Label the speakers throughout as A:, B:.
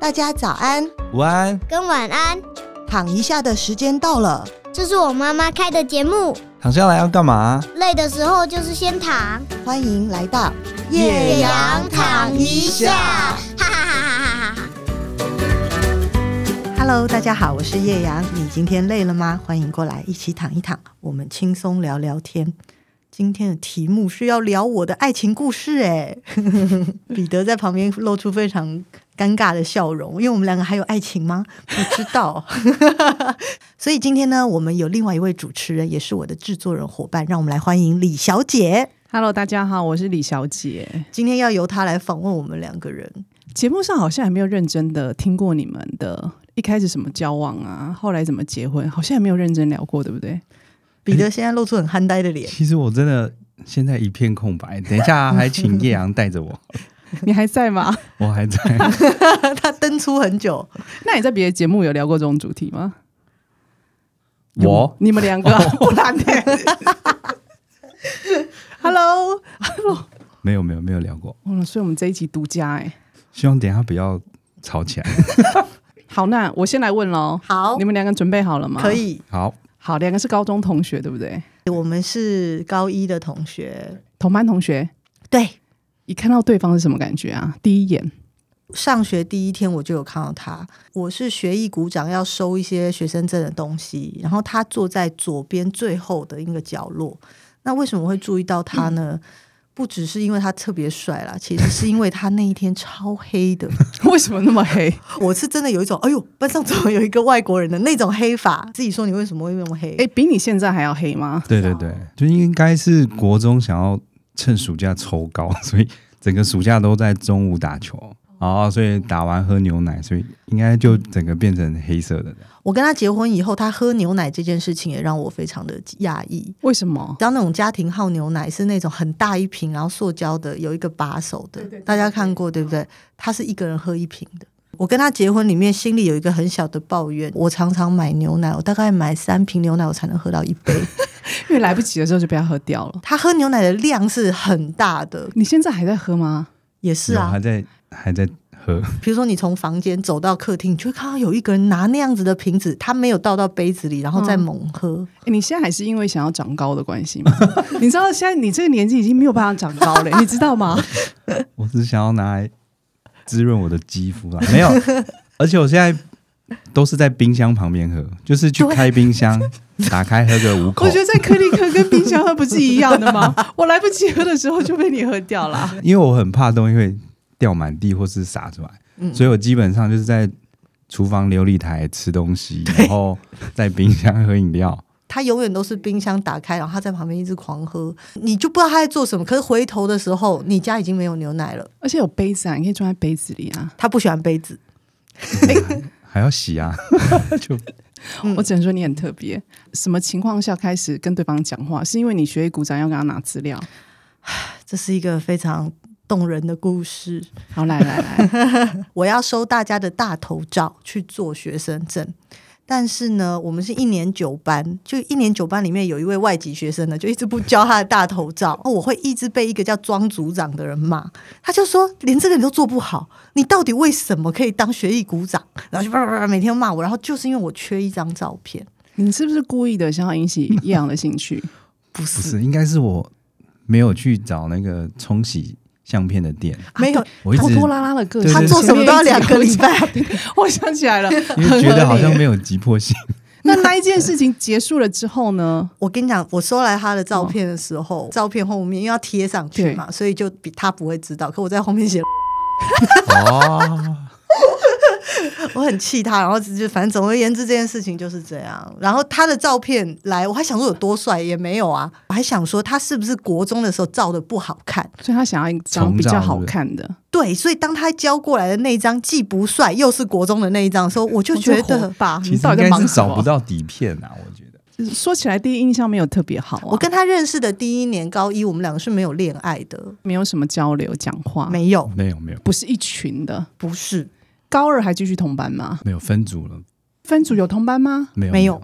A: 大家早安，
B: 午安，
C: 跟晚安，
A: 躺一下的时间到了。
C: 这是我妈妈开的节目。
B: 躺下来要干嘛？
C: 累的时候就是先躺，
A: 欢迎来到
B: 岳阳
A: 躺一下
C: 哈哈哈哈哈哈！
A: Hello，大家好，我是叶阳。你今天累了吗？欢迎过来一起躺一躺，我们轻松聊聊天。今天的题目是要聊我的爱情故事，哎， 彼得在旁边露出非常尴尬的笑容，因为我们两个还有爱情吗？不知道。 所以今天呢，我们有另外一位主持人，也是我的制作人伙伴，让我们来欢迎李小姐。
D: Hello，大家好，我是李小姐。
A: 今天要由她来访问我们两个人，
D: 节目上好像还没有认真的听过你们的，一开始什么交往啊，后来怎么结婚，好像也没有认真聊过，对 不对？
A: 彼得现在露出很憨呆的 脸。
B: 其实我真的现在一片空白。等一下还请叶阳带着 我，
D: 你还在吗？
B: 我还在。
A: 他登出很久，
D: 那你在别的节目有聊过这种主题吗？
B: 我
D: 你们两个、 不然呢？Hello，
B: 没有没有没有聊过，
D: 哦，所以我们这一集独家哎、
B: 希望等一下不要吵起来。
D: 好，那我先来问喽。
A: 好
D: 你们两个准备好了吗？
A: 可。以。
B: 好，
D: 好，两个是高中同学，对不对？
A: 我们是高一的同学，
D: 同班同学，
A: 对，
D: 一看到对方是什么感觉啊？第一眼，
A: 上学第一天我就有看到他。我是学艺股长，要收一些学生证的东西，然后他坐在左边最后的一个角落。那为什么会注意到他呢？不只是因为他特别帅啦，其实是因为他那一天超黑的。
D: 为什么那么黑？
A: 我是真的有一种，哎呦，班上怎么有一个外国人的那种黑法？自己说你为什么会那么黑？
D: 哎、比你现在还要黑吗？
B: 对对对，就应该是国中想要趁暑假抽高，所以整个暑假都在中午打球。哦，所以打完喝牛奶，所以应该就整个变成黑色的。
A: 我跟他结婚以后，他喝牛奶这件事情也让我非常的讶异。
D: 为什么？
A: 你知道那种家庭号牛奶是那种很大一瓶，然后塑胶的，有一个把手的，大家看过对不嗯对？他是一个人喝一瓶的。我跟他结婚里面，心里有一个很小的抱怨，我常常买牛奶，我大概买三瓶牛奶，我才能喝到一杯。
D: 因为来不及的时候就被他喝掉了。
A: 他喝牛奶的量是很大的，
D: 你现在还在喝吗？
A: 也是啊
B: 有还。在还在喝，
A: 比如说你从房间走到客厅，你就会看到有一个人拿那样子的瓶子，他没有倒到杯子里，然后再猛喝。
D: 诶你现在还是因为想要长高的关系吗？ 你知道现在你这个年纪已经没有办法长高了、你知道吗？
B: 我只想要拿来滋润我的肌肤啦， 没有。而且我现在都是在冰箱旁边喝，就是去开冰 箱，打开喝个五口
D: 我觉。得在克里克跟冰箱喝不是一样的吗？ 我来不及喝的时候就被你喝掉了。
B: 因为我很怕东西会掉满地或是洒出来，
D: 嗯
B: 所以我基本上就是在厨房琉璃台吃东西，然后在冰箱喝饮料。
A: 他永远都是冰箱打开，然后他在旁边一直狂喝，你就不知道他在做什么。可是回头的时候，你家已经没有牛奶了。
D: 而且有杯子啊，你可以装在杯子里啊。
A: 他不喜欢杯子，
B: 还要洗啊，就
D: 我只能说你很特别。什么情况下开始跟对方讲话？是因为你学艺鼓掌要给他拿资料？
A: 这是一个非常动人的故事。
D: 好，来来来，
A: 我要收大家的大头照去做学生证。但是呢，我们是一年九班，就一年九班里面有一位外籍学生呢，就一直不交他的大头照，哦，我会一直被一个叫庄组长的人骂，他就说连这个你都做不好，你到底为什么可以当学艺股长？然后就叭叭叭每天骂我，然后就是因为我缺一张照片，
D: 你是不是故意的想要引起叶阳的兴趣？
A: 不
B: 不
A: 是
B: 是，应该是我没有去找那个冲洗相片的店，
A: 没有，
B: 我一
D: 拖
B: 直
D: 拖拉拉的个性，
A: 他
B: 啊对对
A: 做什么都要两个礼
D: 前面一直
A: 拜。
D: 有。 我想起来了，
B: 因
D: 很
B: 为觉得好像
D: 合理
B: 没有急迫性。
D: 那那一件事情结束了之后呢？
A: 我跟你讲，我收来他的照片的时候，
B: 哦
A: 照片后面因为要贴上去嘛，所以就比他不会知道。可我在后面写，
B: 哦，
A: 我很气他，然后只是反正总而言之，这件事情就是这样。然后他的照片来，我还想说有多帅，也没有啊。我还想说他是不是国中的时候照的不好看？
D: 所以他想要一张比较好看的，
A: 对，所以当他交过来的那一张既不帅又是国中的那一张的时候，我就觉得，
D: 吧，
B: 其
D: 你
B: 实
D: 到
B: 应
D: 底
B: 该
D: 在忙
B: 是
D: 什
B: 找不
D: 么？
B: 到底片啊，我觉得。
D: 说起来，第一印象没有特别好啊，
A: 我跟他认识的第一年高一，我们两个是没有恋爱的，
D: 没有什么交流讲话，
A: 没有，
B: 没有没有
D: 不是一群的。
A: 不是，
D: 高二还继续同班吗？
B: 没有分组了，
D: 分组有同班吗？
B: 没有
A: 没有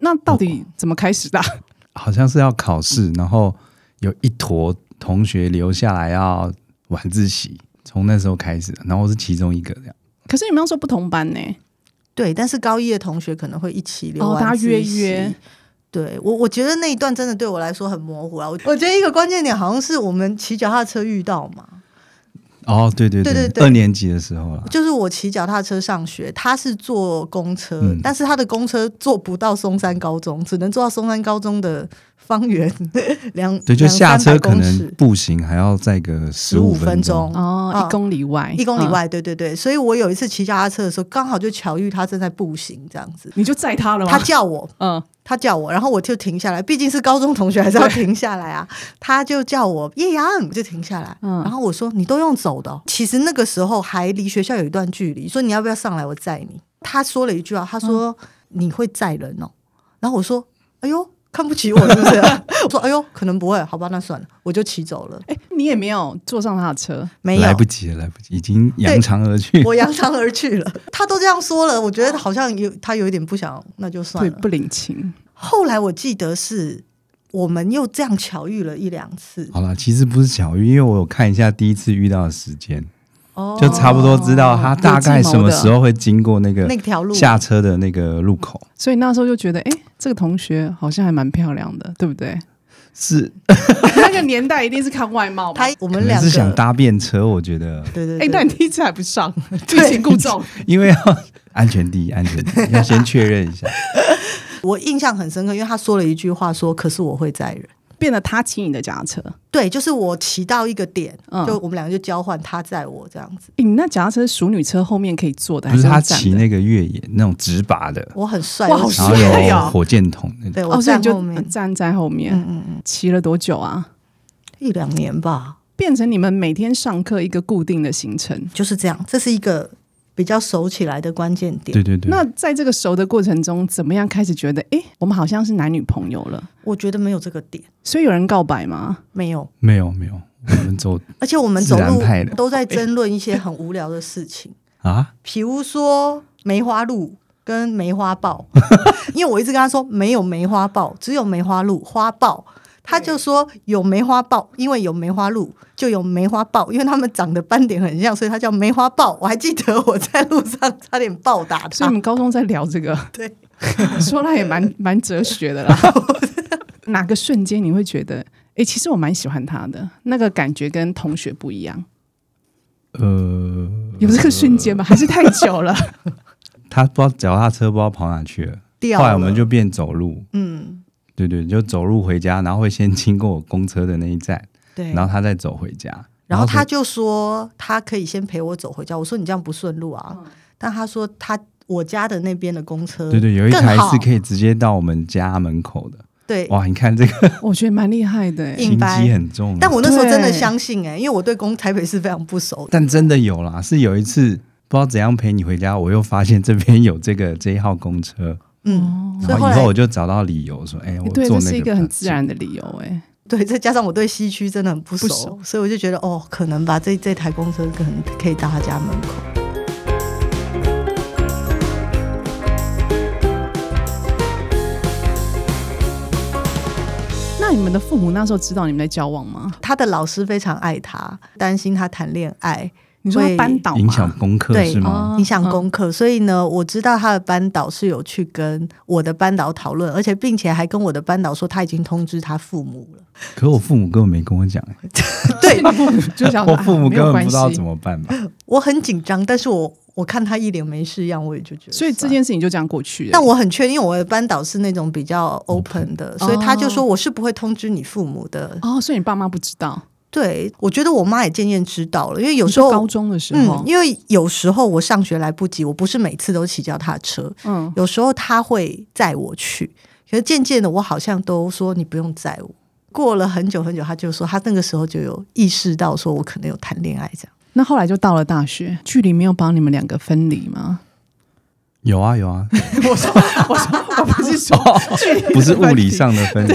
D: 那到底怎么开始的啊？
B: 好像是要考试，然后有一坨同学留下来要晚自习，从那时候开始，然后我是其中一个这样。
D: 可是你们要说不同班呢、
A: 对，但是高一的同学可能会一起留
D: 哦
A: 完、
D: 大家约约。
A: 对我，我觉得那一段真的对我来说很模糊啊。我我觉得一个关键点好像是我们骑脚踏车遇到嘛，
B: 哦，对对
A: 对对对
B: 二年级的时候了，
A: 就是我骑脚踏车上学，他是坐公车，
B: 嗯
A: 但是他的公车坐不到松山高中，只能坐到松山高中的方圆两
B: 对，就
A: 两
B: 下车
A: 三百
B: 可
A: 公
B: 能
A: 尺
B: 步行还要再个十
A: 15
B: 分
A: 分钟
D: 哦
A: 啊，
D: 一公里外，
A: 一公里
D: 嗯，
A: 外，对对对。所以我有一次骑脚踏车的时候，刚好就巧遇他正在步行这样子，
D: 嗯你就载他了吗？
A: 他叫我，
D: 嗯，
A: 他叫我，然后我就停下来，毕竟是高中同学，还是要停下来啊。 他就叫我叶阳，我就停下来。
D: 嗯
A: 然后我说你都用走的哦、其实那个时候还离学校有一段距离，说你要不要上来，我载你。他说了一句啊，他说、你会载人哦。然后我说哎呦，看不起我是不是？我说哎呦，可能不会，好吧，那算了，我就骑走了。
D: 哎、你也没有坐上他的车，
A: 没有，
B: 来不及了，来不及，已经扬长而去。
A: 我扬长而去了。他都这样说了，我觉得好像有他有一点不想，那就算
D: 对，
A: 了。
D: 不领情。
A: 后来我记得是我们又这样巧遇了一两次，
B: 好了，其实不是巧遇，因为我有看一下第一次遇到的时间，
A: 哦
B: 就差不多知道他大概什么时候会经过那个
A: 那条路
B: 下车的那个路口。
D: 所以那时候就觉得，哎、这个同学好像还蛮漂亮的，对不对？
B: 是，
D: 那个年代一定是看外貌吧
A: 他。我
B: 可
A: 们
B: 能
A: 两个
B: 是想搭便车，我 觉得，
A: 对对
D: 哎、
A: 对，
D: 但你第一次还不上， 欲擒故纵。
B: 因为要安全第一，安全 第一，要先确认一下。
A: 我印象很深刻，因为他说了一句话说：“可是我会载人。
D: 变得他骑你的脚踏车，”
A: 对，就是我骑到一个点，
D: 嗯
A: 就我们两个就交换，他载我这样子，
D: 欸、你那脚踏车是熟女车后面可以坐的，
B: 不是
D: 还
B: 他
D: 站
B: 骑
D: 的
B: 那个越野那种直拔 的，
A: 我很帅，
D: 哇
A: 我
D: 好
A: 骑
B: 然后
D: 帅
B: 有
D: 哦
B: 火箭筒那种。
A: 对我
D: 哦，所以
A: 站
D: 你就
A: 后面、
D: 站在后面，
A: 嗯嗯嗯，
D: 骑、了多久啊？
A: 一两年吧，
D: 变成你们每天上课一个固定的行程。
A: 就是这样，这是一个比较熟起来的关键点。
B: 对对对，
D: 那在这个熟的过程中，怎么样开始觉得，哎、我们好像是男女朋友了？
A: 我觉得没有这个点，
D: 所以有人告白吗？
A: 没有，
B: 没有没有，我们 走
A: 而且我们走
B: 自然
A: 路
B: 派的
A: 都在争论一些很无聊的事情。
B: 啊，
A: 比如说梅花鹿跟梅花 豹，因为我一直跟他说没有梅花豹，只有梅花鹿、花豹。他就说有梅花豹，因为有梅花鹿就有梅花豹，因为他们长得斑点很像，所以它叫梅花豹。我还记得我在路上差点暴打
D: 所以
A: 他
D: 你，们高中在聊这 个，
A: 对，
D: 说来也蛮蛮哲学的啦。 哪个瞬间你会觉得，哎、其实我蛮喜欢他的，那个感觉跟同学不一样？
B: 呃，
D: 有这个瞬间吗？还是太久了？
B: 他不知道脚踏车不知道跑哪去了，
A: 掉
B: 后
A: 了。
B: 来我们就变走路，
A: 嗯，
B: 对对，就走路回家，然后会先经过我公车的那一站，
A: 对。
B: 然后他再走回家。
A: 然后他
B: 所以
A: 就说他可以先陪我走回家，我说你这样不顺路啊。但他说他我家的那边的公车
B: 嗯对对，有一台是可
A: 以
B: 以直接到我们家门口的。
A: 对，
B: 哇，你看这个
D: 我觉得蛮厉害的、欸。
A: 硬
B: 心
A: 掰
B: 机很重啊，
A: 但我那时候真的
D: 对
A: 相信哎、因为我对公台北市非常不熟。
B: 但真的有啦，是有一次不知道怎样陪你回家，我又发现这边有这个这一号公车，
A: 嗯，
D: 哦
A: 所以
B: 然
A: 后
B: 后以
A: 来
B: 后哦我就找到理由说，哎，我
D: 对，
B: 坐
D: 这
B: 那
D: 是一
B: 个
D: 个很
B: 班
D: 自然的理由、哎，
A: 对，再加上我对西区真的很不熟，
D: 不熟
A: 所以我就觉得哦，可能吧，这这台公车可能可以到他家门口。
D: 那你们的父母那时候知道你们在交往吗？
A: 他的老师非常爱他，担心他谈恋爱
D: 你说
A: 会
D: 他扳倒
B: 影响
D: 吗？
B: 功课
A: 对
B: 是吗？
D: 哦
A: 影响功课，所以呢，我知道他的班导是有去跟我的班导讨论，而且并且还跟我的班导说他已经通知他父母了。
B: 可我父母根本没跟我讲、欸
A: 对
D: 父母 就想说
B: 我父母
D: 啊没有
B: 根本
D: 关
B: 不知道怎
D: 系，
B: 么办吧？
A: 我很紧张，但是我我看他一脸没事样，我也就觉得
D: 所以这
A: 算了
D: 件事情就这样过去了。
A: 但我很确定，我的班导是那种比较 open 的，所以他就说我是不会通知你父母的。
D: 哦，所以你爸妈不知道，
A: 对，我觉得我妈也渐渐知道了，因为有
D: 你
A: 时
D: 说高
A: 候，
D: 中的时
A: 嗯
D: 候，，
A: 因为有时候我上学来不及，我不是每次都骑脚踏车，
D: 嗯，
A: 有时候他会载我去，可是渐渐的，我好像都说你不用载我。过了很久很久，他就说他那个时候就有意识到，说我可能有谈恋爱这样。
D: 那后来就到了大学，距离没有把你们两个分 离吗？
B: 有啊有啊，
D: 我说，我说，我不是说距离
B: 不是物理，上的 分离。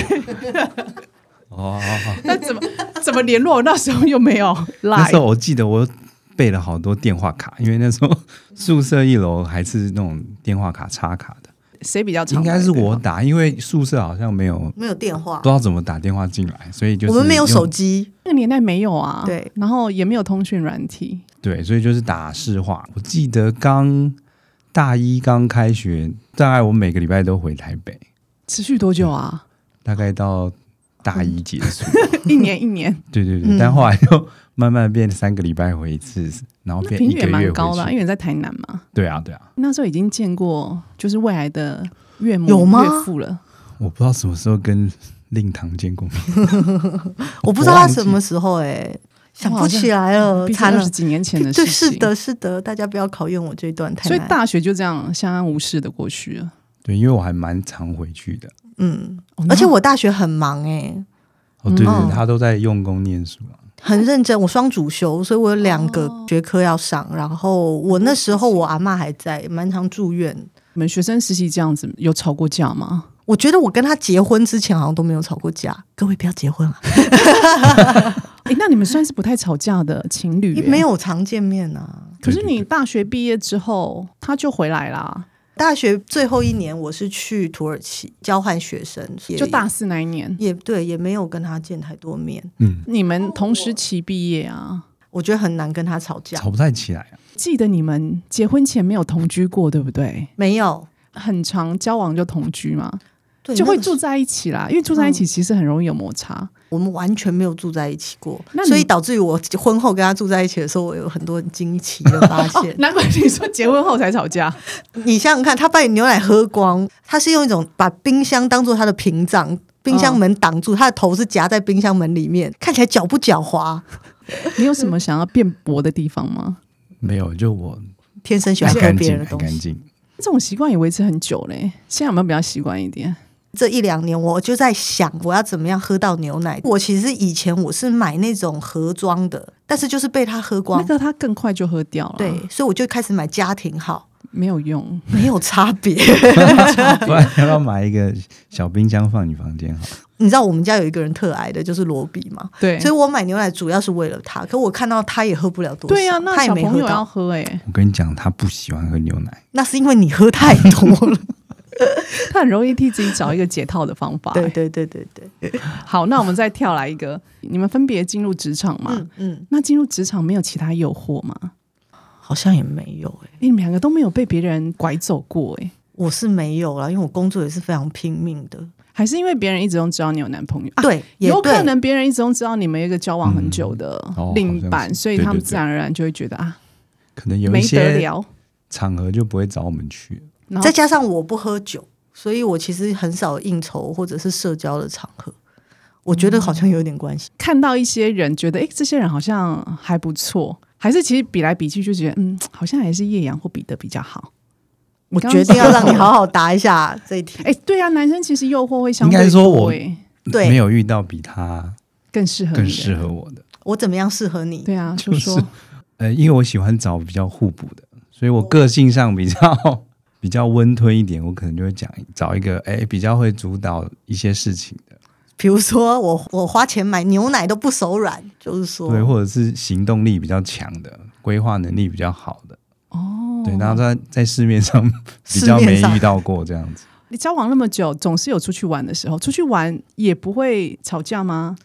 B: 哦，
D: 那怎么怎么联络？我那时候又没有
B: 那
D: 来
B: 时，候我记得我备了好多电话卡，因为那时候宿舍一楼还是那种电话卡插卡的，
D: 谁比较 长？
B: 应该是我打，因为宿舍好像没有
A: 没有电话
B: 不知，道怎么打电话进来，所以就是
A: 我们没有手
B: 用
A: 机，
D: 那个年代没有啊，
A: 对
D: 然后也没有通讯软体，
B: 对，所以就是打市话。我记得刚大一刚开学，大概我每个礼拜都回台北，
D: 持续多久啊？
B: 大概到大一结 束。
D: 一年一年，
B: 对对
A: 嗯
B: 对，但后来就慢慢变三个礼拜回一次，然后
D: 那
B: 变
D: 频
B: 一
D: 率也
B: 个
D: 蛮
B: 月
D: 高的啊、
B: 回
D: 因
B: 去。
D: 为你在台南嘛。
B: 对啊，对啊，
D: 那时候已经见过，就是未来的岳母、
A: 有吗
D: 岳父了。
B: 我不知道什么时候跟令堂见过面，
A: 我不知道他什么时候哎、想不起来了，
D: 嗯毕竟
A: 呃惨
D: 二
A: 了
D: 十。几年前的事
A: 对，
D: 情。
A: 是。的，是的，大家不要考验我这一段太
D: 所以
A: 难
D: 大学就这样相安无事的过去了。
B: 对，因为我还蛮常回去的。
A: 嗯，
D: 哦
A: 而且
D: 那
A: 我大学很忙哎、
B: 哦，对
A: 嗯
B: 对，他都在用功念书啊。
A: 很认真。我双主修，所以我有两个
D: 哦
A: 学科要上。然后我那时候我阿嬷还在，蛮常住院。
D: 你们学生实习这样子有吵过架吗？
A: 我觉得我跟他结婚之前好像都没有吵过架。各位不要结婚啊，
D: 哎、那你们算是不太吵架的情侣、
A: 因为没。有常见面啊。
D: 可是
B: 对对
D: 你大学毕业之后，他就回来啦，
A: 大学最后一年我是去土耳其交换学生，也
D: 就大四那一年，
A: 也对，也没有跟他见太多面。
B: 嗯，
D: 你们同时期毕业啊。
A: 我觉得很难跟他吵架，
B: 吵不太起来啊。
D: 记得你们结婚前没有同居过，对不对？
A: 没有，
D: 很常交往就同居嘛，
A: 对，
D: 就会
A: 那个时候
D: 住在一起啦。因为住在一起其实很容易有摩擦。
A: 我们完全没有住在一起过
D: 那，你
A: 所以导致于我婚后跟他住在一起的时候，我有很多很惊奇的发 现。
D: 难怪你说结婚后才吵架，
A: 你想想看，他把你牛奶喝光，他是用一种把冰箱当做他的屏障，冰箱
D: 嗯
A: 门挡住，他的头是夹在冰箱门里面，看起来狡不狡猾？
D: 你有什么想要辩驳的地方吗？
B: 没有，就我
A: 天生喜
B: 爱
A: 欢喝
B: 干
A: 别
B: 净，
A: 人的
B: 爱
A: 东
B: 干
A: 西。
B: 净。
D: 这种习惯也维持很久嘞，现在有没有比较习惯一点？
A: 这一两年，我就在想，我要怎么样喝到牛奶。我其实以前我是买那种盒装的，但是就是被他喝光，
D: 那个他更快就喝掉了，
B: 啊
A: 对，，所以我就开始买家庭号，
D: 没有用。
A: 没有差别。
B: 不然要不要买一个小冰箱放你房间好了？
A: 你知道我们家有一个人特矮的，就是罗比嘛，
D: 对，
A: 所以我买牛奶主要是为了他。可我看到他也喝不了多少，
D: 对呀、那
A: 他也
D: 小
A: 没
D: 朋
A: 喝
D: 友要
A: 到，
D: 喝哎、
B: 我跟你讲，他不喜欢喝牛奶，
A: 那是因为你喝太多了。
D: 他很容易替自己找一个解套的方法、哎
A: 对对对对对，
D: 好，那我们再跳来一个，你们分别进入职场嘛？
A: 嗯嗯，
D: 那进入职场没有其他诱惑吗？
A: 好像也没有哎、
D: 哎、你们两个都没有被别人拐走过哎、
A: 我是没有啦，因为我工作也是非常拼命的。
D: 还是因为别人一直都知道你有男朋友？啊、
A: 对，也
D: 有可
A: 对。
D: 能别人一直都知道你们有一个交往很久的
B: 嗯哦
D: 另一
B: 好
D: 半，
B: 像是
D: 所以他
B: 对
D: 们
B: 对对
D: 自然而然就会觉得啊，
B: 可能有一
D: 没得
B: 些
D: 聊。
B: 场合就不会找我们去。
D: 然后
A: 再加上我不喝酒，所以我其实很少应酬或者是社交的场合。我觉得好像有点关系，
D: 看到一些人，觉得哎，诶这些人好像还不错，还是其实比来比去就觉得，嗯，好像还是叶阳或彼得比较好。
A: 我
D: 刚
A: 决
D: 刚
A: 定要
D: 说
A: 让你好好答一下这一题。
D: 哎，对啊，男生其实诱惑会相
B: 应
D: 对
B: 该说
D: 多
B: 我
D: 诶
A: 对
B: 没有遇到比他
D: 更适合你的
B: 更适合我的。
A: 我怎么样适合你？
D: 对啊，就
B: 就是
D: 说、
B: 呃，因为我喜欢找比较互补的，所以我个性上比较 比较温吞一点，我可能就会讲找一个哎、比较会主导一些事情的，
A: 比如说我我花钱买牛奶都不手软，就是说
B: 对，或者是行动力比较强的，规划能力比较好的。
D: 哦，
B: 对，然后在在市面上比
A: 市
B: 较
A: 面
B: 没
A: 上
B: 遇到过这样子。
D: 你交往那么久，总是有出去玩的时候，出去玩也不会吵架吗？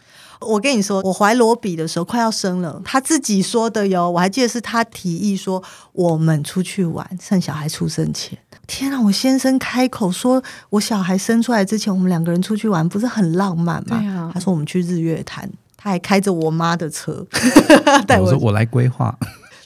A: 我跟你说，我怀罗比的时候快要生了，他自己说的哟。我还记得是他提议说我们出去玩，趁小孩出生前。天啊！我先生开口说，我小孩生出来之前，我们两个人出去玩，不是很浪漫吗？
D: 对啊
A: 他说我们去日月潭，他还开着我妈的 车带
B: 我
A: 我
B: 说。我来规划，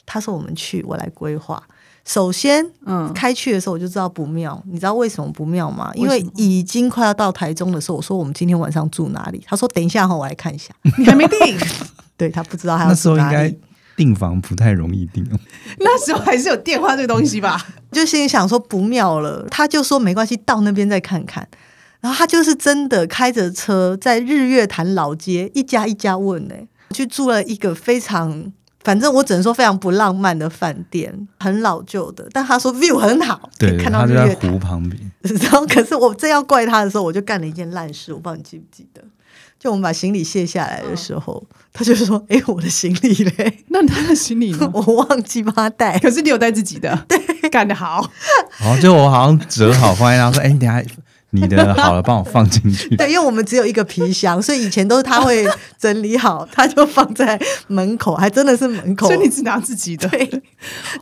A: 他说我们去，我来规划。首先，
D: 嗯，
A: 开去的时候我就知道不妙，你知道为什么不妙吗？因
D: 为
A: 为
D: 什么
A: 已经快要到台中的时候，我说我们今天晚上住哪里？他说等一下哈，我来看一下。
D: 你还没定，
A: 对他不知道他要
B: 那时候
A: 住
B: 应
A: 哪
B: 该
A: 里
B: 订房不太容易订哦。
D: 那时候还是有电话这个东西吧？
A: 就心里想说不妙了，他就说没关系，到那边再看看。然后他就是真的开着车在日月潭老街一家一家问呢、去住了一个非常，反正我只能说非常不浪漫的饭店，很老旧的，但他说 view 很好，可
B: 对，
A: 以看到
B: 他
A: 日
B: 就在
A: 月潭。
B: 湖旁边，
A: 然后可是我正要怪他的时候，我就干了一件烂事，我不知道你记不记得。就我们把行李卸下来的时候，他就说：“ 哎、我的行李嘞，
D: 那他的行李 呢
A: ？我忘记帮他带。”
D: 可是你有带自己的，对，干得好。
B: 哦然后就我好像折好放在那，说哎，你等一下 你的好了，帮我放进去。
A: 对，因为我们只有一个皮箱，所以以前都是他会整理好，他就放在门口，还真的是门口
D: 所。以你只拿自己的，
A: 对，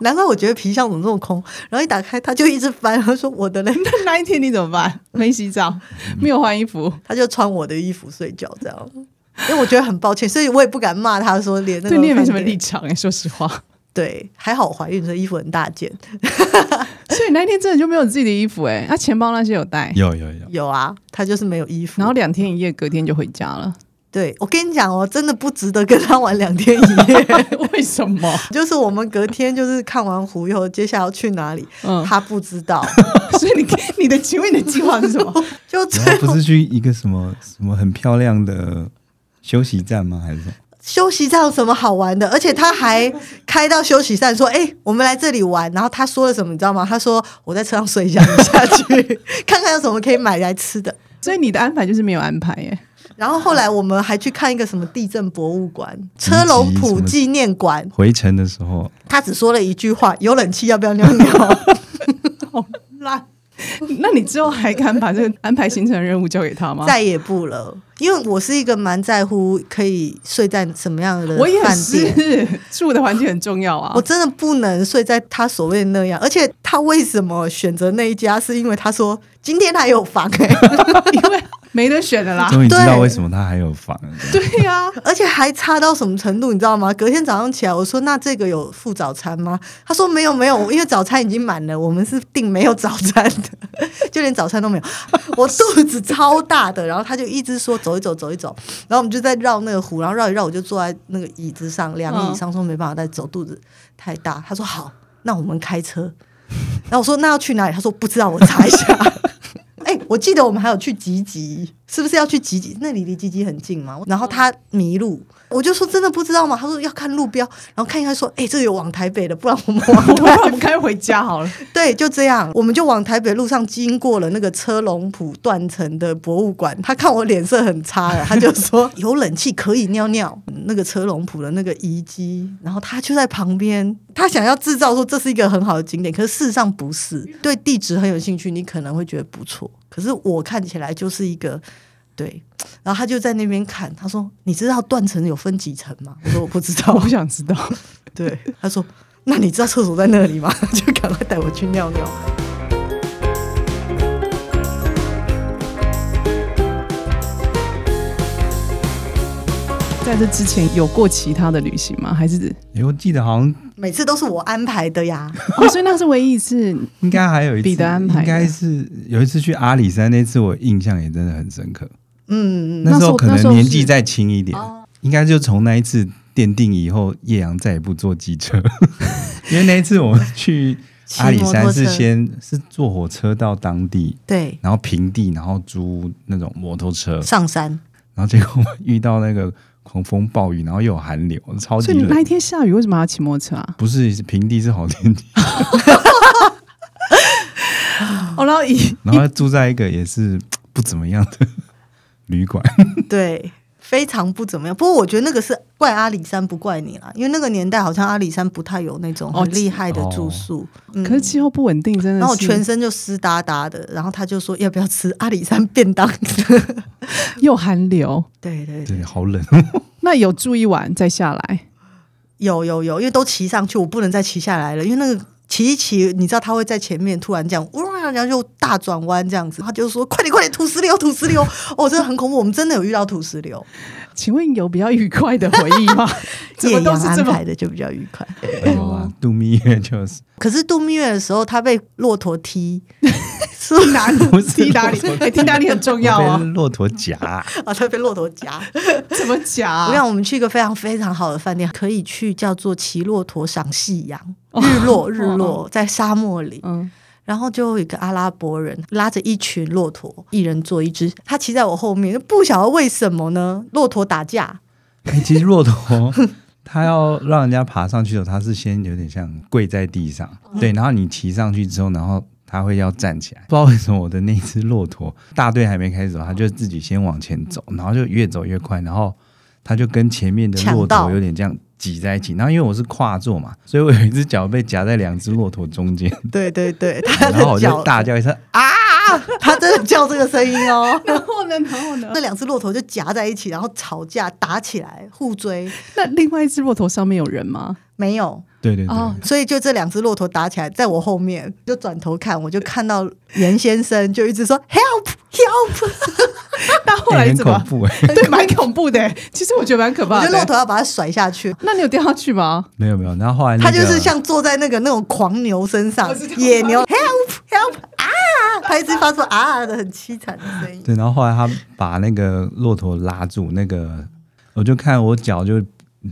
A: 难怪我觉得皮箱怎么这么空，然后一打开他就一直翻，他说我的嘞，
D: 那那一天你怎么办？没洗澡，没有换衣服，
A: 他就穿我的衣服睡觉这样。因为我觉得很抱歉，所以我也不敢骂他说连 那个
D: 对你也没什么
A: 饭
D: 立
A: 店
D: 场哎、说实话。
A: 对，还好我怀孕，所以衣服很大件。
D: 所以那一天真的就没有自己的衣服哎、那、钱包那些有带，
B: 有有有，
A: 有啊，他就是没有衣服。
D: 然后两天一夜，隔天就回家了。
A: 对我跟你讲哦，真的不值得跟他玩两天一夜。
D: 为什么？
A: 就是我们隔天就是看完湖以后，接下来要去哪里，
D: 嗯
A: 他不知 道，
D: 所以你你的请问你的计划是什么？
A: 就最
B: 然后
A: 后
B: 不是去一个什么什么很漂亮的休息站吗？还是什么？
A: 休息站有什么好玩的？而且他还开到休息站说：“哎、我们来这里玩。”然后他说了什么，你知道吗？他说：“我在车上睡一下，你下 去看看有什么可以买来吃的。
D: 所以你的安排就是没有安排耶、”
A: 然后后来我们还去看一个什么地震博物馆、车龙
B: 什
A: 埔
B: 么
A: 纪念馆。
B: 回程的时候，
A: 他只说了一句话：“有冷气要不要 尿尿
D: 烂。 那你之后还敢把这个安排行程的任务交给他？”吗？
A: 再也不了，因为我是一个蛮在乎可以睡在什么样的
D: 我也
A: 饭店。
D: 是， 住的环境很重要啊。
A: 我真的不能睡在他所谓的那样，而且他为什么选择那一家？是因为他说今天他有房哎、
D: 因为没得选的 啦。
B: 终于知道
A: 对
B: 为什么他还有房了。
D: 啊对 呀、
A: 而且还差到什么程度，你知道吗？隔天早上起来，我说那这个有附早餐吗？他说没有没有，因为早餐已经满了，我们是订没有早餐的， 就连早餐都没有。我肚子超大的，然后他就一直说走一走走一走，然后我们就在绕那个湖，然后绕一绕，我就坐在那个椅子上，两个椅上说没办法再走，肚子太大。他说好，那我们开车。然后我说那要去哪里？他说不知道，我查一下。 哎、我记得我们还有去吉吉，是不是要去吉吉？那里离吉吉很近嘛。然后他迷路，我就说真的不知道吗？他说要看路标，然后看一看说，哎、这有往台北的，不然我们往
D: 我们我们该回家好了。
A: 对，就这样，我们就往台北路上经过了那个车龙埔断层的博物馆。他看我脸色很差了，他就说 有冷气可以尿尿。那个车龙埔的那个遗迹，然后他就在旁边，他想要制造说这是一个很好的景点，可是事实上不是。对地质很有兴趣，你可能会觉得不错，可是我看起来就是一个。对，然后他就在那边看，他说：“你知道断层有分几层吗？”我说：“ 我不知道。
D: 我不想知道。”
A: 对，他说：“那你知道厕所在那里吗？”就赶快带我去尿尿。
D: 在这之前有过其他的旅行吗？还是、
B: 哎，我记得好像
A: 每次都是我安排的呀。
D: 哦、所以那是唯一一次
B: 应该还有一次，
D: 彼得安排的
B: 应该是有一次去阿里山那次，我印象也真的很深刻。
A: 嗯，
B: 那时候可
D: 那时候
B: 能
D: 是
B: 年纪再轻一点，
A: 哦
B: 应该就从那一次奠定以后，叶阳再也不坐机车， 因为那一次我们 去
A: 骑
B: 阿里山是
A: 摩托车
B: 先是坐火车到当地，
A: 对，
B: 然后平地，然后租那种摩托车，
A: 上山
B: 然后结果我们遇到那个狂风暴雨，然后又有寒流，超级
D: 所以你那
B: 冷
D: 一。天下雨为什么还要骑摩托车啊？
B: 不是是平地是好天气，
D: 哦，然后一
B: 然后住在一个也是不怎么样的旅 馆。
A: 对。非常不怎么样，不过我觉得那个是怪阿里山，不怪你啦，因为那个年代好像阿里山不太有那种
D: 哦
A: 很厉害的
B: 哦
A: 住宿。嗯
D: 可是气候不稳定，真的是。
A: 然后我全身就湿哒哒的，然后他就说要不要吃阿里山便当？
D: 又寒流，
A: 对对对，
B: 对，啊好冷。哦
D: 那有住一晚再下来，
A: 有有有，因为都骑上去，我不能再骑下来了，因为那个骑一骑，你知道他会在前面突然这样，哇，然后就大转弯这样子，他就说快点快点，土石流土石流，哦，真的很恐怖，我们真的有遇到土石流，
D: 请问有比较愉快的回忆 吗？怎么
A: 夜
D: 都
A: 阳
D: 是
A: 安
D: 这么
A: 排的就比较愉快。
B: 有啊，度蜜月就是
A: 可是度蜜月的时候，他被骆驼 踢，是哪 里？
B: 不是
D: 踢打理？ 哎，踢打理很重要
B: 我被
D: 啊！
B: 骆驼夹，
A: 啊，他被骆驼夹。
D: 怎么讲
A: 我
D: 啊？
A: 想我们去一个非常非常好的饭店，可以去叫做骑骆驼赏夕阳，日落日落在沙漠里。
D: 嗯，
A: 然后就有一个阿拉伯人拉着一群骆驼，一人坐一只，他骑在我后面，不晓得为什么呢？骆驼打架，
B: 哎，其实骆驼它要让人家爬上去的时候，它是先有点像跪在地上，对，然后你骑上去之后，然后。它会要站起来，不知道为什么我的那只骆驼大队还没开始走，它就自己先往前走，然后就越走越快，然后它就跟前面的
A: 抢
B: 骆
A: 到
B: 驼有点这样挤在一起。然后因为我是跨坐嘛，所以我有一只脚被夹在两只骆驼中间，
A: 对对对，他
B: 然后
A: 的
B: 我
A: 脚
B: 就大叫一声啊，
A: 他真的叫这个声音哦。
D: 然后呢，然后呢
A: 那？两只骆驼就夹在一起，然后吵架、打起来、互追，
D: 那另外一只骆驼上面有人吗？
A: 没有。
B: 对对对，
D: 哦
A: 所以就这两只骆驼打起来，在我后面就转头看，我就看到严先生就一直说 help help，
D: 那后来
B: 欸
D: 怎
B: 很
D: 么
B: 恐？怖哎、
D: 对，蛮恐怖的欸。其实我觉得蛮可
A: 我
D: 怕
A: 觉
D: 的
A: 得
D: 欸。
A: 骆驼要把它甩下去。
D: 那你有掉下去 吗？
B: 没有没有，然后后来、那
A: 他
B: 个、
A: 就是像坐在那个那种狂牛身上
D: 我知道，
A: 野牛 help help 啊，他一直发出啊的很凄惨的声音。
B: 对，然后后来他把那个骆驼拉住，那个我就看我脚就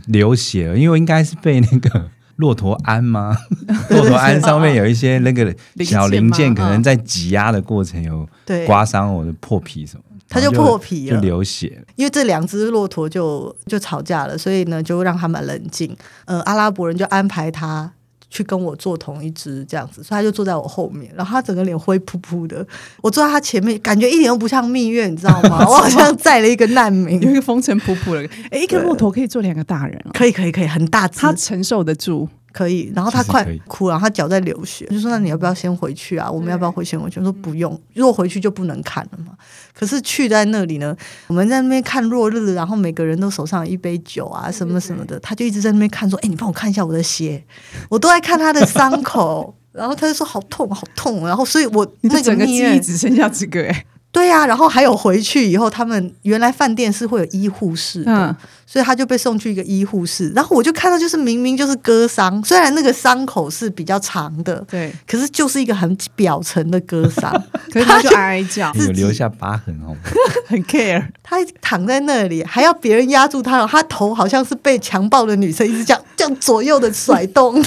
B: 流血了，因为我应该是被那个骆驼鞍吗？ 骆驼鞍上面有一些那个小零件，
D: 零件吗
B: 可能在挤压的过程有
A: 对，
B: 刮伤我的破皮什么，
A: 它就
B: 然后
A: 破皮了
B: 就流血了。
A: 因为这两只骆驼就就吵架了，所以呢就让他们冷静。呃，阿拉伯人就安排他去跟我坐同一只这样子，所以他就坐在我后面，然后他整个脸灰扑扑的，我坐在他前面，感觉一点都不像蜜月，你知道 吗？我好像载了一个难
D: 有一
A: 民。
D: 个风尘仆仆的，哎，一个骆驼可以坐两个大人哦，
A: 可以可以可以，很大只
D: 他，承受得住。
A: 可以。然后他
B: 其实
A: 快
B: 可以
A: 哭了，然后他脚在流血，就说：“那你要不要先回去啊？我们要不要回先回去？”我说：“不用，如果回去就不能看了嘛。”可是去在那里呢，我们在那边看落日，然后每个人都手上有一杯酒啊，什么什么的，他就一直在那边看，说：“哎、你帮我看一下我的鞋。”我都在看他的伤口，然后他就说：“好痛，好痛。”哦然后所以我，
D: 你的
A: 那
D: 整个
A: 蜜
D: 记
A: 月
D: 忆只剩下这个，哎，
A: 对呀、然后还有回去以后，他们原来饭店是会有医护室的，
D: 嗯，
A: 所以他就被送去一个医护室。然后我就看到，就是明明就是割伤，虽然那个伤口是比较长的，
D: 对。
A: 可是就是一个很表层的割伤。
D: 可是他 就哀哀叫，
B: 有留下疤痕哦，
D: 很 care。
A: 他躺在那里，还要别人压住他，他头好像是被强暴的女生一直这样这样左右的甩 动，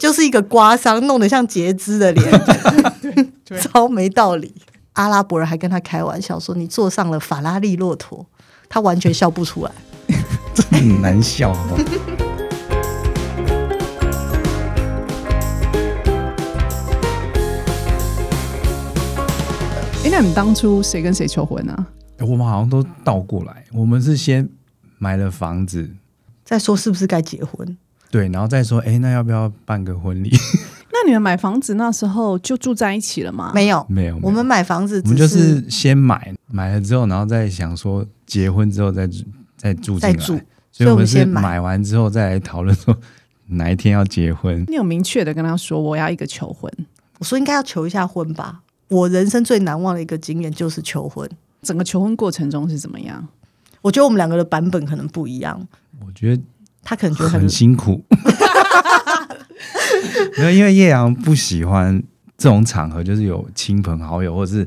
A: 就是一个刮伤，弄得像截肢的脸，
D: 对
A: 超没道理。阿拉伯人还跟他开玩笑说：“你坐上了法拉利骆驼。”他完全笑不出来。
B: 很难笑哦。
D: 哎，那你当初谁跟谁求婚啊？
B: 哎我们好像都倒过来，我们是先买了房子，
A: 再说是不是该结婚？
B: 对，然后再说，哎，那要不要办个婚礼？
D: 那你们买房子那时候就住在一起了吗？
A: 没有，
B: 啊没有，没有
A: 我们买房子
B: 我
A: 只
B: 们就是先买，买了之后，然后再想说结婚之后再住再住进
A: 在
B: 来，
A: 住，
B: 所以我们是
A: 先买。
B: 买完之后再来讨论说 哪一天要结婚。
D: 你有明确的跟他说我要一个求婚，
A: 我说应该要求一下婚吧。我人生最难忘的一个经验就是求婚。
D: 整个求婚过程中是怎么样？
A: 我觉得我们两个的版本可能不一样，
B: 我觉得
A: 他可能觉得很
B: 很辛苦， 没有，因为叶阳不喜欢这种场合，就是有亲朋好友或者是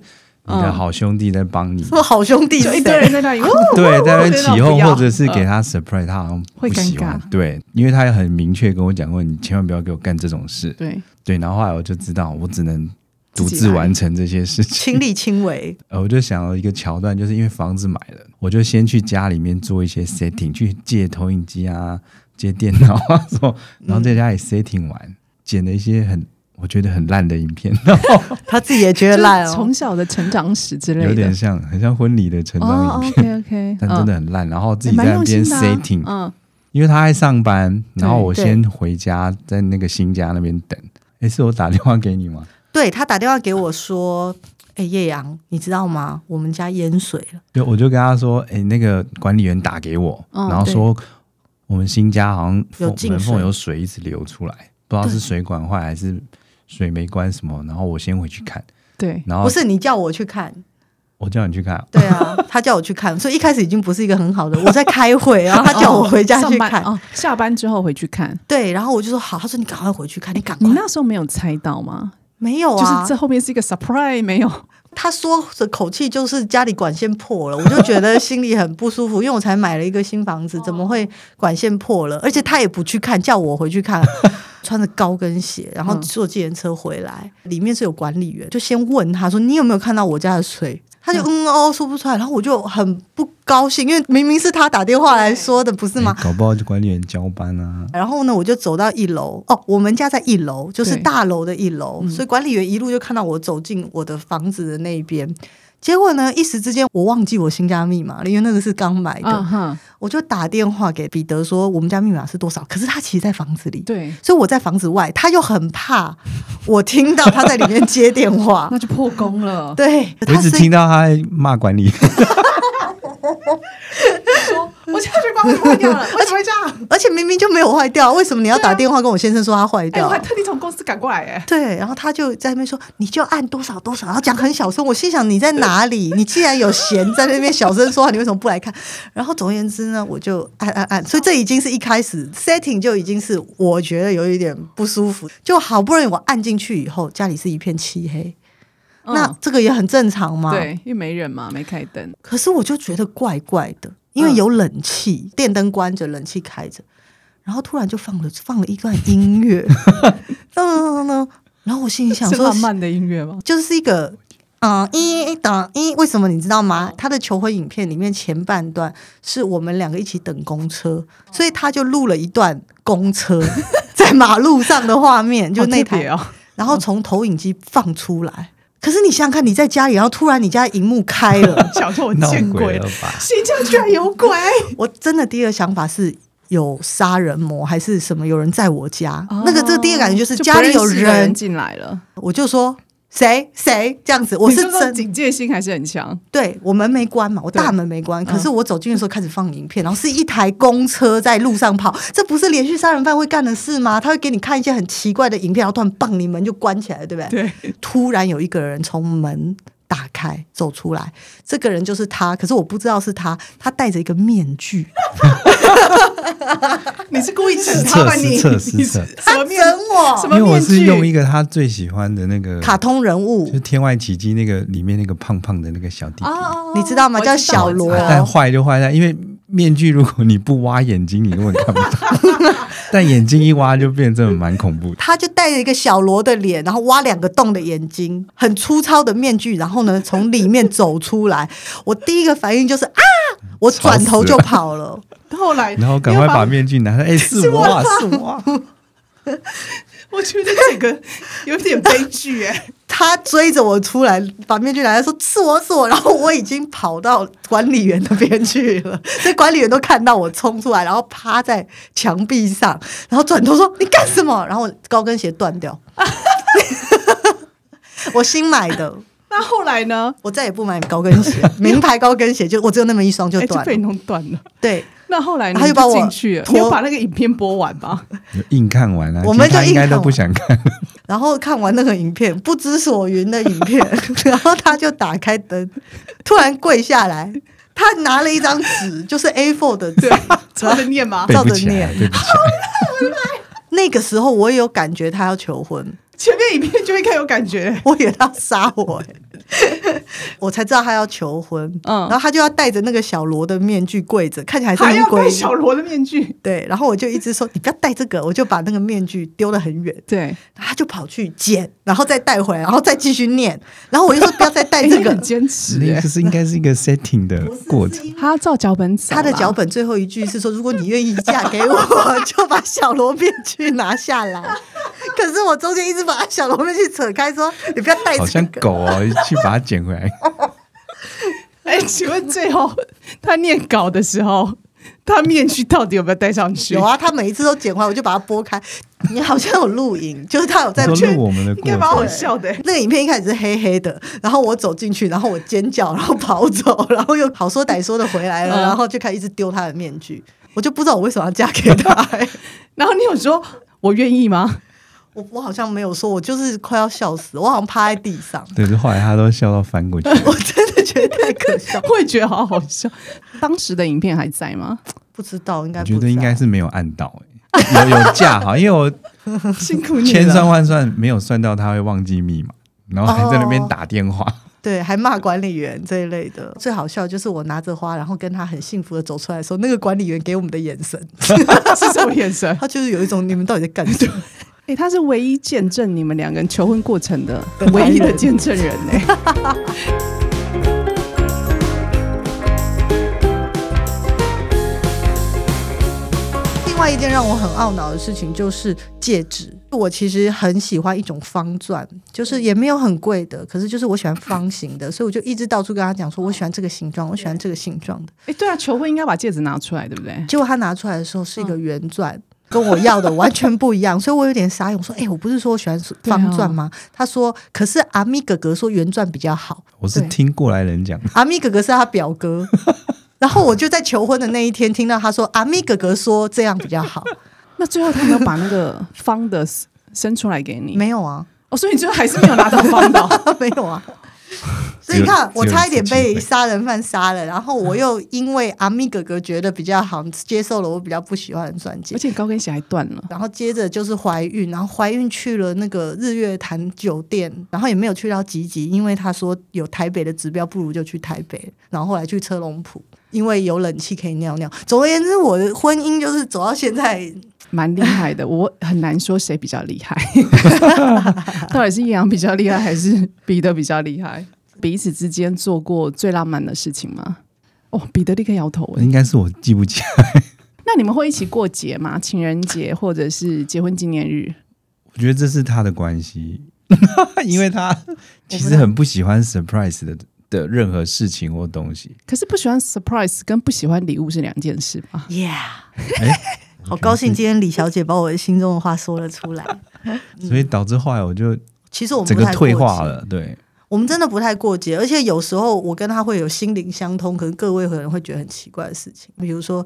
B: 你的
D: 嗯
B: 好兄弟在帮 你，
A: 什么好兄弟，
D: 就一堆人在那里，哦
B: 对，在那边起哄
D: 我觉得不要嗯
B: 或者是给他 surprise，他好像不
D: 会尴
B: 喜欢
D: 尬。
B: 对，因为他也很明确跟我讲过，你千万不要给我干这种事。
D: 对，
B: 对，然后后来我就知道，我只能独
D: 自己
B: 自
D: 来
B: 完成这些事情。
A: 亲力亲为，
B: 呃， 我就想到一个桥段，就是因为房子买了，我就先去家里面做一些 setting，去借投影机啊，借电脑啊什么，
D: 嗯
B: 然后在家里 setting 完，剪了一些很我觉得很烂的影片，然后
A: 他自己也觉得烂
D: 就是
A: 哦
D: 从。小的成长史之类
B: 有点
D: 的。
B: 像很像婚礼的成长
D: 哦
B: 影片，
D: ，OK OK，
B: 但真的很烂。然后自己在
D: 蛮
B: 那
D: 用
B: 边
D: 心的啊
B: setting，、
D: 嗯，
B: 因为他在上班，然后
D: 对
B: 我
A: 对
B: 先回家，在那个新家那边等。诶，是我打电话给你吗？
A: 对他打电话给我说：“哎、叶阳，你知道吗？我们家淹水了。
B: 对，我就跟他说，哎、那个管理员打给我，
D: 嗯
B: 然后说我们新家好像
A: 有
B: 缝
A: 进
B: 门缝
A: 水
B: 有水一直流出来，不知道是水管坏还是水没关什么，然后我先回去看，
D: 对，
B: 然”后
A: 不是你叫我去看，
B: 我叫你去看，
A: 对啊，他叫我去看，所以一开始已经不是一个很好的。我在开会，然后他叫我回家去
D: 上班
A: 看，
D: 哦，下班之后回去看。
A: 对，然后我就说好，他说你赶快回去看，你赶快
D: 你。那时候没有猜到吗？
A: 没有
D: 就是
A: 啊，
D: 这后面是一个 surprise，没有。
A: 他说的口气就是家里管线破了，我就觉得心里很不舒服，因为我才买了一个新房子，怎么会管线破了？而且他也不去看，叫我回去看，穿着高跟鞋，然后
D: 嗯
A: 坐计程车回来，里面是有管理员，就先问他说：“你有没有看到我家的水？”他就嗯哦说不出来，然后我就很不高兴，因为明明是他打电话来说的，不是吗？
B: 诶哎搞不好就管理员交班啊，
A: 然后呢，我就走到一楼哦，我们家在一楼，就是
D: 对
A: 大楼的一楼，所以管理员一路就看到我走进我的房子的那一边。结果呢，一时之间我忘记我新家密码了，因为那个是刚买的，
D: 嗯哼，
A: 我就打电话给彼得说我们家密码是多少，可是他其实在房子里，
D: 对，
A: 所以我在房子外，他又很怕我听到他在里面接电
B: 啊
A: 话，
D: 那就破功了。
A: 对，
B: 我一
A: 他
B: 直
A: 声音
B: 听到他在骂管理，
D: 我下去把我关 掉了，为什么会这样？
A: 而且明明就没有坏掉，为什么你要打电话跟我先生说它坏
D: 哎，
A: 掉
D: 我？还特地从公司赶过来，哎，
A: 对，然后他就在那边说，你就按多少多少，然后讲很小声。我心想你在哪里？你既然有闲在那边小声说话，你为什么不来看？然后总而言之呢，我就按按按，所以这已经是一开始 setting 就已经是我觉得有一点不舒服。就好不容易我按进去以后，家里是一片漆黑，那
D: 嗯
A: 这个也很正常嘛。
D: 对，因为没人嘛，没开灯，
A: 可是我就觉得怪怪的，因
D: 嗯
A: 为有冷气，电灯关着，冷气开着，然后突然就放了放了一段音 乐，噔噔噔噔，然后我心里想
D: 是
A: 说
D: 浪，漫的音乐吗？
A: 就是一个。嗯，一等一，为什么你知道吗？
D: 嗯
A: 他的求婚影片里面前半段是我们两个一起等公车，
D: 哦
A: 所以他就录了一段公车在马路上的画面，就
D: 好
A: 那
D: 特别
A: 台，
D: 哦，
A: 然后从投影机放出来。可是你想想看，你在家里，然后突然你家荧幕开 了，
D: 小时候我
B: 闹
D: 见
B: 鬼啊
D: 鬼
B: 了，吧？
D: 谁家居然有鬼？
A: 我真的第一个想法是有杀人魔还是什么？有人在我家，那个这个第一个感觉就是
D: 哦就
A: 家里有
D: 不认识的人
A: 人，
D: 进来了，
A: 我就说谁谁这样子，我
D: 你
A: 是
D: 说
A: 真
D: 警戒心还是很强。
A: 对我门没关嘛，我大门没关，
D: 嗯
A: 可是我走进去的时候开始放影片，然后是一台公车在路上跑，这不是连续杀人犯会干的事吗？他会给你看一些很奇怪的影片，然后突然棒，你门就关起来了，对不对？
D: 对，
A: 突然有一个人从门打开走出来，这个人就是他，可是我不知道是他，他戴着一个面具。
D: 你 是故意整
B: 实
D: 他
B: 测
D: 吧？你
B: 实测实测，
D: 什啊么面
A: 整我
D: 什
B: 因
D: 么
B: 为我
D: 面具？
B: 是用一个他最喜欢的那个
A: 哦卡通人物
B: 就，是《天外奇迹》那个里面那个胖胖的那个小弟弟，
D: 哦
A: 你知道吗
D: 我
A: 叫小
D: 我知道
A: 罗啊
D: 我知道
B: 但坏就坏在，因为面具如果你不挖眼睛，你根本看不到， 但眼睛一挖就变得真的蛮恐怖的。
A: 他就戴着一个小罗的脸，然后挖两个洞的眼睛，很粗糙的面具，然后呢从里面走出来。 我第一个反应就是啊，我转头就跑了。
D: 后来，
B: 然后赶快把面具拿下，哎、是我啊，是我啊，
D: 我觉得整个有点悲 剧哎，
A: 他追着我出来，把面具拿来说是我是我，然后我已经跑到管理员那边去了， 所以管理员都看到我冲出来，然后趴在墙壁上，然后转头说你干什么？然后我高跟鞋断掉， 我新买的，
D: 那后来呢？
A: 我再也不买高跟 鞋，名牌高跟鞋就我只有那么一双就
D: 哎，就
A: 断了。
D: 被弄断了。
A: 对，
D: 那后来呢
A: 他就把我
D: 你进去了，
A: 拖
D: 你有把那个影片播完吧？
B: 硬看完了、
A: 我们
B: 其实他
A: 就硬
B: 应该
A: 看
B: 都
A: 完啊
B: 不想 看，
A: 然后看完那个影片，不知所云的影 片，然后他就打开灯，突然跪下来，他拿了一张纸，就是 A4 的 纸。
D: 怎么念吗
B: 背？
A: 照
B: 不
A: 着
B: 起来，
A: 念啊
B: 背不起啊来。
A: 那个时候我也有感觉他要求婚，
D: 前面影片就应该有感觉。
A: 我以为他要杀 我、欸，我才知道他要求婚。
D: 嗯
A: 然后他就要戴着那个小罗的面具跪着，看起来是
D: 还
A: 很
D: 要
A: 诡
D: 戴
A: 异
D: 小罗的面具，
A: 对，然后我就一直说你不要戴这个，我就把那个面具丢得很远。
D: 对，
A: 他就跑去捡，然后再带回来，然后再继续念。然后我就说不要再带这个
D: 哎很。坚持
B: 那
A: 啊
D: 耶
B: 就。是应该是一个 setting 的过程，
D: 他要照脚本啊走 啦，
A: 他的脚本最后一句是说：“如果你愿意嫁给我， 就把小罗面具拿下来。”可是我中间一直把小罗面具扯开，说：“你不要带
B: 好
A: 这
B: 像
A: 个。哦
B: 狗哦，去把它捡 回来。
D: 哎，请问最后 他念稿的时候，他面具到底有没有戴上”去？
A: 有，啊，他每一次都剪回来，我就把它拨开。你好像有录影，就是他有在
B: 你说
A: 去
B: 录我们的
D: 应
B: 过
D: 该蛮好
B: 程，
D: 笑的耶。
A: 那个影片一开始是黑黑的，然后我走进去，然后我尖叫，然后跑走，然后又好说歹说的回来了，
D: 嗯
A: 然后就开始一直丢他的面具。我就不知道我为什么要嫁给他、欸
D: 然后你有说我愿意 吗？
A: 我我好像没有说，我就是快要笑死，我好像趴在地上，
B: 对，就后来他都笑到翻过去。
A: 我真的觉得太可笑。
D: 我也觉得好好笑。当时的影片还在吗？
A: 不知道，应该
B: 我
A: 不
B: 觉得应该
A: 在
B: 是没有按到、欸，有有价哈，因为我
D: 辛苦你
B: 千算
D: 了。
B: 万算没有算到他会忘记密码，然后还在那边打电话。
A: 对，还骂管理员这一类的。最好笑就是我拿着花，然后跟他很幸福的走出来的时候，那个管理员给我们的眼神，
D: 是什么眼神？
A: 他就是有一种你们到底在干什么？
D: 哎、他是唯一见证你们两个人求婚过程的
A: 的男
D: 唯
A: 人
D: 一的见证人呢、
A: 因另外一件让我很懊恼的事情就是戒指。我其实很喜欢一种方钻，就是也没有很贵的，可是就是我喜欢方形的，所以我就一直到处跟他讲说，我喜欢这个形状，我喜欢这个形状的。
D: 哎，对啊，求婚应该把戒指拿出来，对不对？
A: 结果他拿出来的时候是一个圆钻，跟我要的完全不一样，所以我有点傻眼。我说：“哎、我不是说我喜欢方钻吗？”他说：“可是阿咪哥哥说圆钻比较好。
B: 我是
D: 对
B: 听过来人讲，”
A: 阿咪哥哥是他表哥。然后我就在求婚的那一天听到他说：“阿咪哥哥说这样比较好。
D: 那最后他没有把那个方的伸出来给” 你，
A: 没有啊，
D: 哦，所以你最后还是没有拿到方的哦。
A: 没有啊。所以你看，我差一点被杀人犯杀了，然后我又因为阿咪哥哥觉得比较好，接受了我比较不喜欢的钻戒
D: 而。且高跟鞋还断了，
A: 然后接着就是怀孕，然后怀孕去了那个日月潭酒店，然后也没有去到集集，因为他说有台北的指标，不如就去台北。然后后来去车龙埔，因为有冷气可以尿尿。总而言之，我的婚姻就是走到现在，
D: 蛮厉害的。我很难说谁比较厉害，到底是叶阳比较厉害，还是彼得比较厉害？彼此之间做过最浪漫的事情吗？哦，彼得立刻摇头
A: 嗯
D: 哎。
B: 应该是我记不起来。
D: 那你们会一起过节吗？情人节或者是结婚纪念日？
B: 我觉得这是他的关系， 因为他其实很不喜欢 surprise 的的任何事情或东西。
D: 可是不喜欢 surprise 跟不喜欢礼物是两件事吧？
A: 耶、
B: 哎
A: 好高兴，今天李小姐把我的心中的话说了出来。
B: 所以导致后来我就
A: 其实我们
B: 整
A: 不
B: 个
A: 太过
B: 退化
A: 节，
B: 了。对，
A: 嗯我们真的不太过节，而且有时候我跟他会有心灵相通，可能各位可能会觉得很奇怪的事情，比如说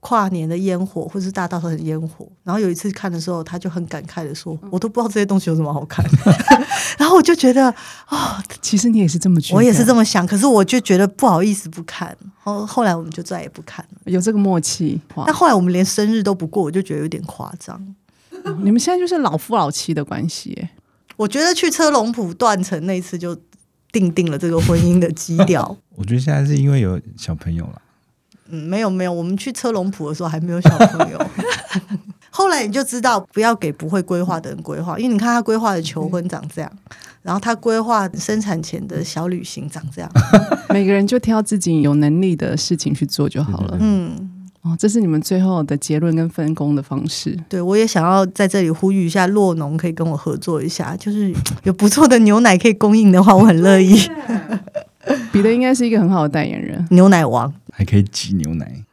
A: 跨年的烟火，或是大稻埕的烟火。然后有一次看的时候，他就很感慨的说：“我都不知道这些东西有什么好看。” 然后我就觉得
D: 其实你也是这么觉得，
A: 我也是这么想，可是我就觉得不好意思不看。后后来我们就再也不看了。
D: 有这个默契。哇
A: 但后来我们连生日都不过，我就觉得有点夸张。
D: 你们现在就是老夫老妻的关系耶，
A: 我觉得去车龙埔断层那一次就定定了这个婚姻的基调。
B: 我觉得现在是因为有小朋友了，
A: 嗯，没有没有，我们去车龙埔的时候还没有小朋友。 后来你就知道，不要给不会规划的人规划，因为你看他规划的求婚长这样，然后他规划生产前的小旅行长这样。
D: 每个人就挑自己有能力的事情去做就好了。
A: 嗯，
D: 哦，这是你们最后的结论跟分工的方式。
A: 对，我也想要在这里呼吁一下，洛农可以跟我合作一下，就是有不错的牛奶可以供应的话，我很乐意。
D: 彼得应该是一个很好的代言人。
A: 牛奶王
B: 还可以挤牛奶。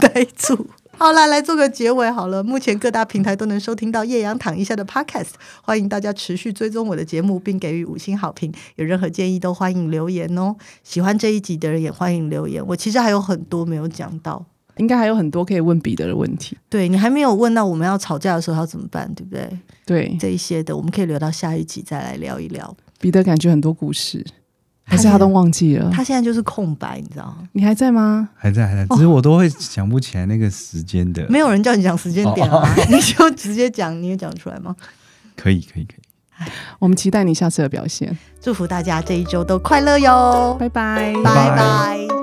A: 呆住。好啦，来做个结尾好了。目前各大平台都能收听到叶阳躺一下的 Podcast，欢迎大家持续追踪我的节目，并给予五星好评。有任何建议都欢迎留言哦。喜欢这一集的人也欢迎留言。我其实还有很多没有讲到，
D: 应该还有很多可以问彼得的问题。
A: 对你还没有问到我们要吵架的时候要怎么办，对不对？
D: 对，
A: 这一些的我们可以留到下一集再来聊一聊。
D: 彼得感觉很多故事，还是他都忘记了。
A: 他现在就是空白，你知道吗？
D: 你还在吗？
B: 还在还在，只是我都会想不起来那个时间的。
A: 没有人叫你讲时间点啊， 你就直接讲，你也讲出来吗？
B: 可以可以可以，
D: 我们期待你下次的表现。
A: 祝福大家这一周都快乐哟，
D: 拜拜。
A: 拜拜